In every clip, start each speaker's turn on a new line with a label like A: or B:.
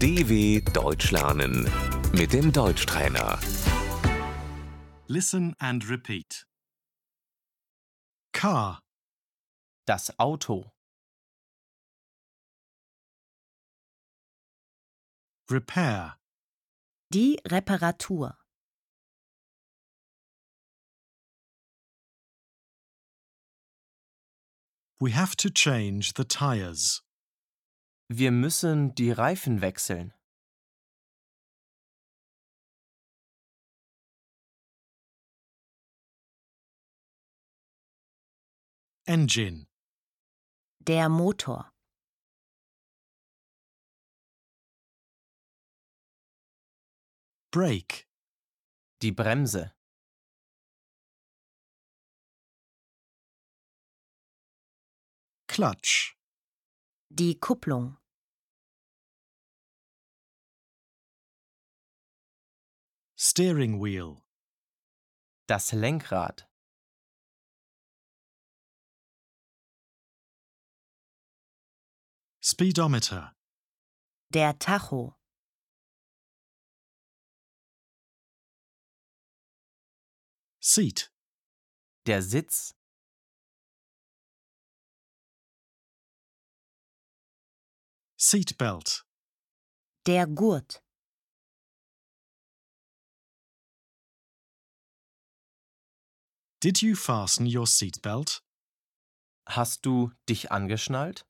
A: DW Deutsch lernen mit dem Deutschtrainer.
B: Listen and repeat. Car,
C: Das Auto.
B: repair,
D: Die Reparatur.
B: we have to change the tires.
C: Wir müssen die Reifen wechseln.
B: Engine,
D: Der Motor.
B: brake,
C: Die Bremse.
B: clutch,
D: Die Kupplung.
B: steering wheel,
C: Das Lenkrad.
B: speedometer,
D: Der Tacho.
B: seat,
C: Der Sitz.
B: seat belt,
D: Der Gurt.
B: Did you fasten your seatbelt?
C: Hast du dich angeschnallt?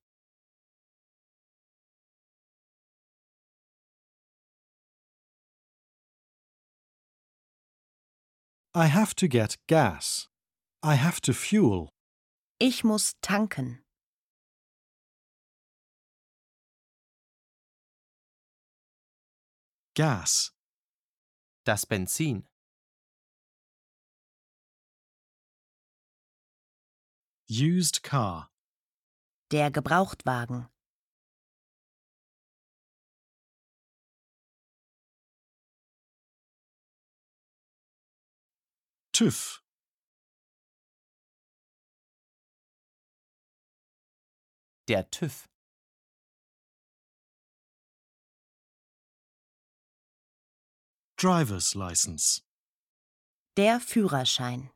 B: I have to get gas. I have to fuel.
D: Ich muss tanken.
B: Gas,
C: Das Benzin.
B: used car,
D: Der Gebrauchtwagen.
B: TÜV,
C: Der TÜV.
B: driver's license.
D: Der Führerschein.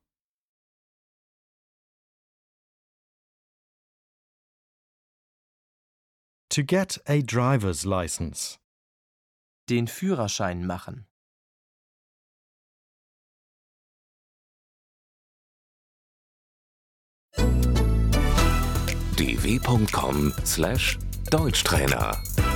B: To get a driver's license.
C: Den Führerschein machen.
A: dw.com/deutschtrainer